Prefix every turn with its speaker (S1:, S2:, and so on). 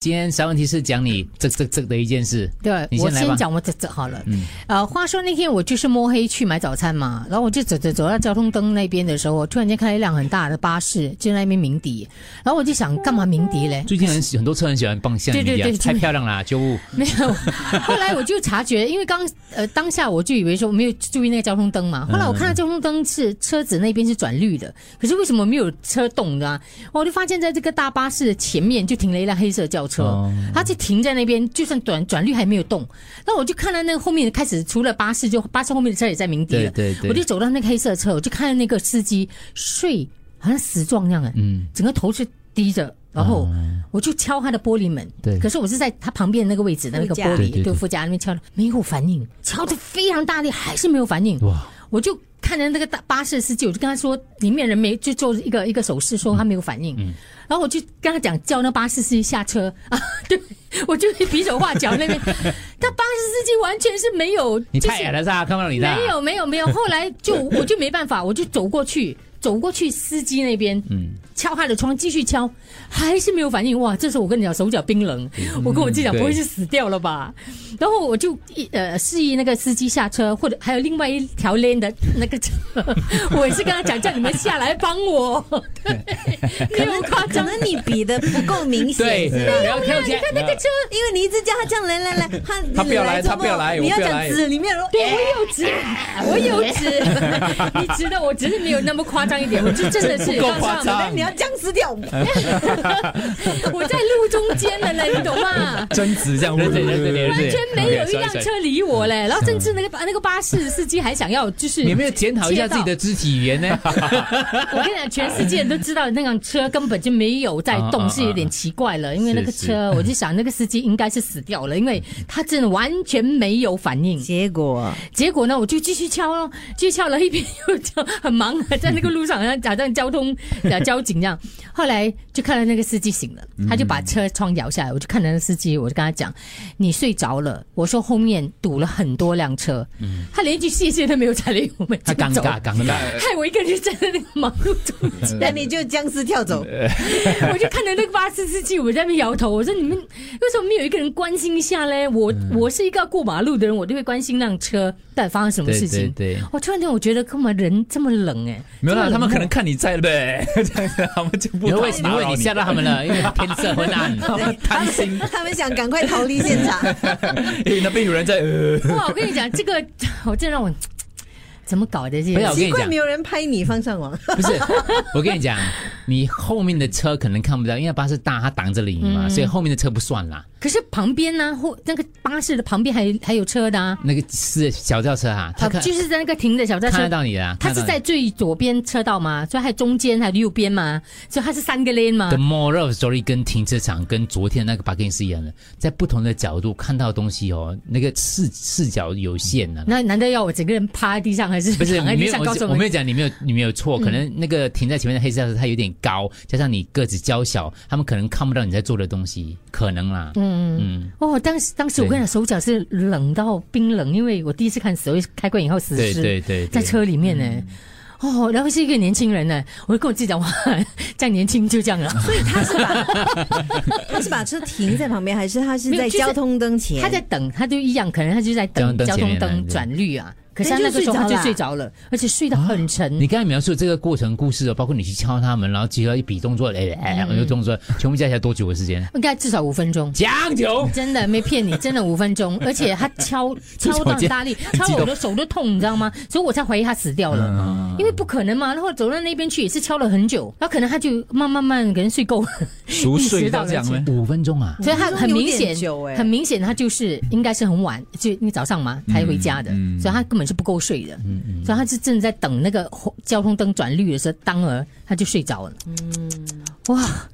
S1: 今天小问题是讲你这这这的一件事，
S2: 对
S1: 你，先
S2: 我
S1: 来吧嗯
S2: 先讲我这这好了。呃，话说那天我就是摸黑去买早餐嘛，然后我就走走走到交通灯那边的时候，我突然间看到一辆很大的巴士就在那边鸣笛，然后我就想干嘛鸣笛嘞？
S1: 最近很喜很多车很喜欢放像你一样，
S2: 对对对
S1: 太漂亮啦，就
S2: 没有，后来我就察觉，因为刚呃当下我就以为说没有注意那个交通灯
S1: 嗯
S2: 嘛，后来我看到交通灯是车子那边是转绿的，可是为什么没有车动的、啊？我就发现在这个大巴士的前面就停了一辆黑色轿车，
S1: 哦
S2: 它就停在那边，就算转转绿还没有动，那我就看到那个后面开始除了巴士就巴士后面的车也在鸣笛
S1: 对
S2: 了，
S1: 对对，
S2: 我就走到那个黑色车，我就看到那个司机睡，好像死状那样哎、
S1: 嗯，哦
S2: 整个头是低着，然后我就敲他的玻璃门，
S1: 对
S2: 可是我是在他旁边那个位置的那个
S3: 副
S2: 玻
S3: 驾
S2: 璃，
S1: 对对对
S2: 副驾那边敲的，没有反应，敲的非常大力，还是没有反应，
S1: 哇，
S2: 我就看着那个大巴士司机，我就跟他说，里面人没就做一个一个手势，说他没有反应。
S1: 嗯
S2: 然后我就跟他讲，叫那巴士司机下车啊，对我就比手画脚 那边，他巴士司机完全是没有，
S1: 你
S2: 就
S1: 太
S2: 是
S1: 矮了是吧？看不到你的啊，
S2: 没有没有没有，后来就我就没办法，我就走过去，走过去司机那边，嗯，敲他的窗，继续敲，还是没有反应。哇，这时候我跟你讲，手脚冰冷，我跟我自己讲，
S1: 对
S2: 不会是死掉了吧？然后我就一呃示意那个司机下车，或者还有另外一条 lane 的那个车， 我也是跟他讲，叫你们下来帮我，对，没有夸
S3: 可
S2: 张。
S3: 能你比的不够明显，
S1: 对，
S3: 是吧
S1: 然后跳起
S2: 你
S1: 来
S2: 看，那个车，
S3: 因为你一直叫他这样来来来，他
S4: 他不要来
S3: 做
S4: 他不要
S3: 梦
S4: 来
S3: 你
S4: 我
S3: 要
S4: 不要
S3: 讲
S4: 来
S3: 纸里面说，
S2: 对我有纸，我有纸， 你知道，我只是没有那么夸张一点，我就真的是
S4: 不够夸
S2: 刚上
S4: 张
S3: 哎，你要僵尸掉，
S2: 我在路中间了嘞，你懂吗？
S4: 贞子这样，
S1: 对对对对 对
S2: 完全没有一辆
S4: OK，sorry，sorry
S2: 车理我嘞，然后甚至那个巴那个巴士司机还想要，就是
S1: 你有没有检讨一下自己的肢体语言呢？
S2: 我跟你讲，全世界人都知道那辆车根本就没有在
S1: 啊啊啊
S2: 动，是有点奇怪了。因为那个
S1: 是
S2: 车，我就想那个司机应该是死掉了，因为他真的完全没有反应。
S3: 结果
S2: 结果呢，我就继续敲咯，继续敲了一边又敲，很忙 啊，在那个路上好像假装交通呃交警一样。后来就看到那个司机醒了，
S1: 嗯
S2: 他就把车窗摇下来，我就看到那司机，我就跟他讲：“你睡着了。”我说后面堵了很多辆车，他连一句谢谢都没有睬理我们，
S1: 嗯他
S2: 就
S1: 尴
S2: 走
S1: 尬，尴尬，
S2: 害我一个人站在那个马路 中
S4: 嗯
S2: 间，
S3: 那你就僵尸跳 走，
S2: 我就看着那个巴士司机，我在那边摇头，我说你们为什么没有一个人关心一下嘞？我、
S1: 嗯
S2: 我是一个要过马路的人，我就会关心辆车到底发生什么
S1: 对
S2: 事
S1: 对
S2: 情。
S1: 对，
S2: 我突然间我觉得干嘛人这么冷哎、
S4: 没有啦，
S2: 这
S4: 他
S2: 么冷漠
S4: 们可能看你在了呗，这样子他们就不
S1: 你会
S4: 打
S1: 你
S4: 扰
S1: 会
S4: 你
S1: 你吓到他们了，因为天色昏暗，
S3: 贪心，他们想赶快逃离现 场，
S4: 因为那边有人在，呃
S2: 哇！我跟你讲，这个我真让我怎么搞的这
S1: 不要我跟
S2: 些
S1: 你讲
S3: 奇怪没有人拍你放上网，
S1: 不是，我跟你讲，你后面的车可能看不到，因为巴士大，它挡着你嘛，所以后面的车不算啦。
S2: 可是旁边呢、或那个巴士的旁边还还有车的啊，
S1: 那个是小轿车啊，他
S2: 啊
S1: 看
S2: 就是在那个停的小轿
S1: 看得
S2: 车。
S1: 到你啦，
S2: 它
S1: 看得
S2: 是
S1: 到
S2: 在
S1: 你
S2: 最左边车道嘛，所以还有中间还有右边嘛，所以它是三个 lane 嘛
S1: The。moral of the story 跟停车场跟昨天那个 parking 是一样的，在不同的角度看到的东西哦，那个视视角有限的、
S2: 那难道要我整个人趴在地上，还是
S1: 不是，
S2: 嗯躺在
S1: 没
S2: 地
S1: 有，
S2: 上
S1: 我
S2: 告
S1: 是
S2: 诉
S1: 我
S2: 们嗯
S1: 没有讲你没有你没有错，可能那个停在前面的黑色轿车它有点高，加上你个子娇小，他们可能看不到你在做的东西，可能啦。嗯嗯，
S2: 哦，当时当时我跟你讲，手脚是冷到冰冷，因为我第一次看死灰开棺以后死
S1: 对
S2: 尸，
S1: 嗯对嗯对，对
S2: 在车里面呢、哦，然后是一个年轻人呢，我就跟我自己讲，哇， 再年轻就这样了。
S1: 哦
S3: 所以他是把 他是把车停在旁边，还是他是
S2: 没有
S3: 在
S2: 就是
S3: 交通灯前？
S2: 他在等，他就一样，可能他就在等
S1: 交
S2: 交
S1: 通灯前面
S2: 通
S1: 那
S2: 灯
S1: 里
S2: 转绿啊。可是
S3: 那
S2: 他
S3: 就
S2: 那个时候
S3: 睡
S2: 他
S3: 着
S2: 就
S3: 了
S2: 睡着了，啊而且睡得很沉。
S1: 你刚才描述这个过程故事哦，包括你去敲他们，然后结合一比动作，哎哎，
S2: 嗯
S1: 哎有动作，全部加起来多久的时间？
S2: 应该至少五分钟，
S1: 讲究。
S2: 真的没 骗你，真的五分钟。而且他敲敲到很大力，敲到我的手都痛，你知道吗？所以我才怀疑他死掉
S1: 嗯
S2: 了。因为不可能嘛，然后走到那边去也是敲了很久，然后可能他就慢慢慢可能睡够了，
S4: 熟睡到这样
S2: 意
S4: 呗。
S1: 五分钟啊，
S2: 所以他很明
S3: 有点
S2: 显，
S3: 久欸
S2: 很明显他就是应该是很晚，就因为早上嘛才回家的，所以他根本是不够睡的，所以他是正在
S3: 嗯
S2: 等那个红交通灯转绿的时候，当儿他就睡着了，哇。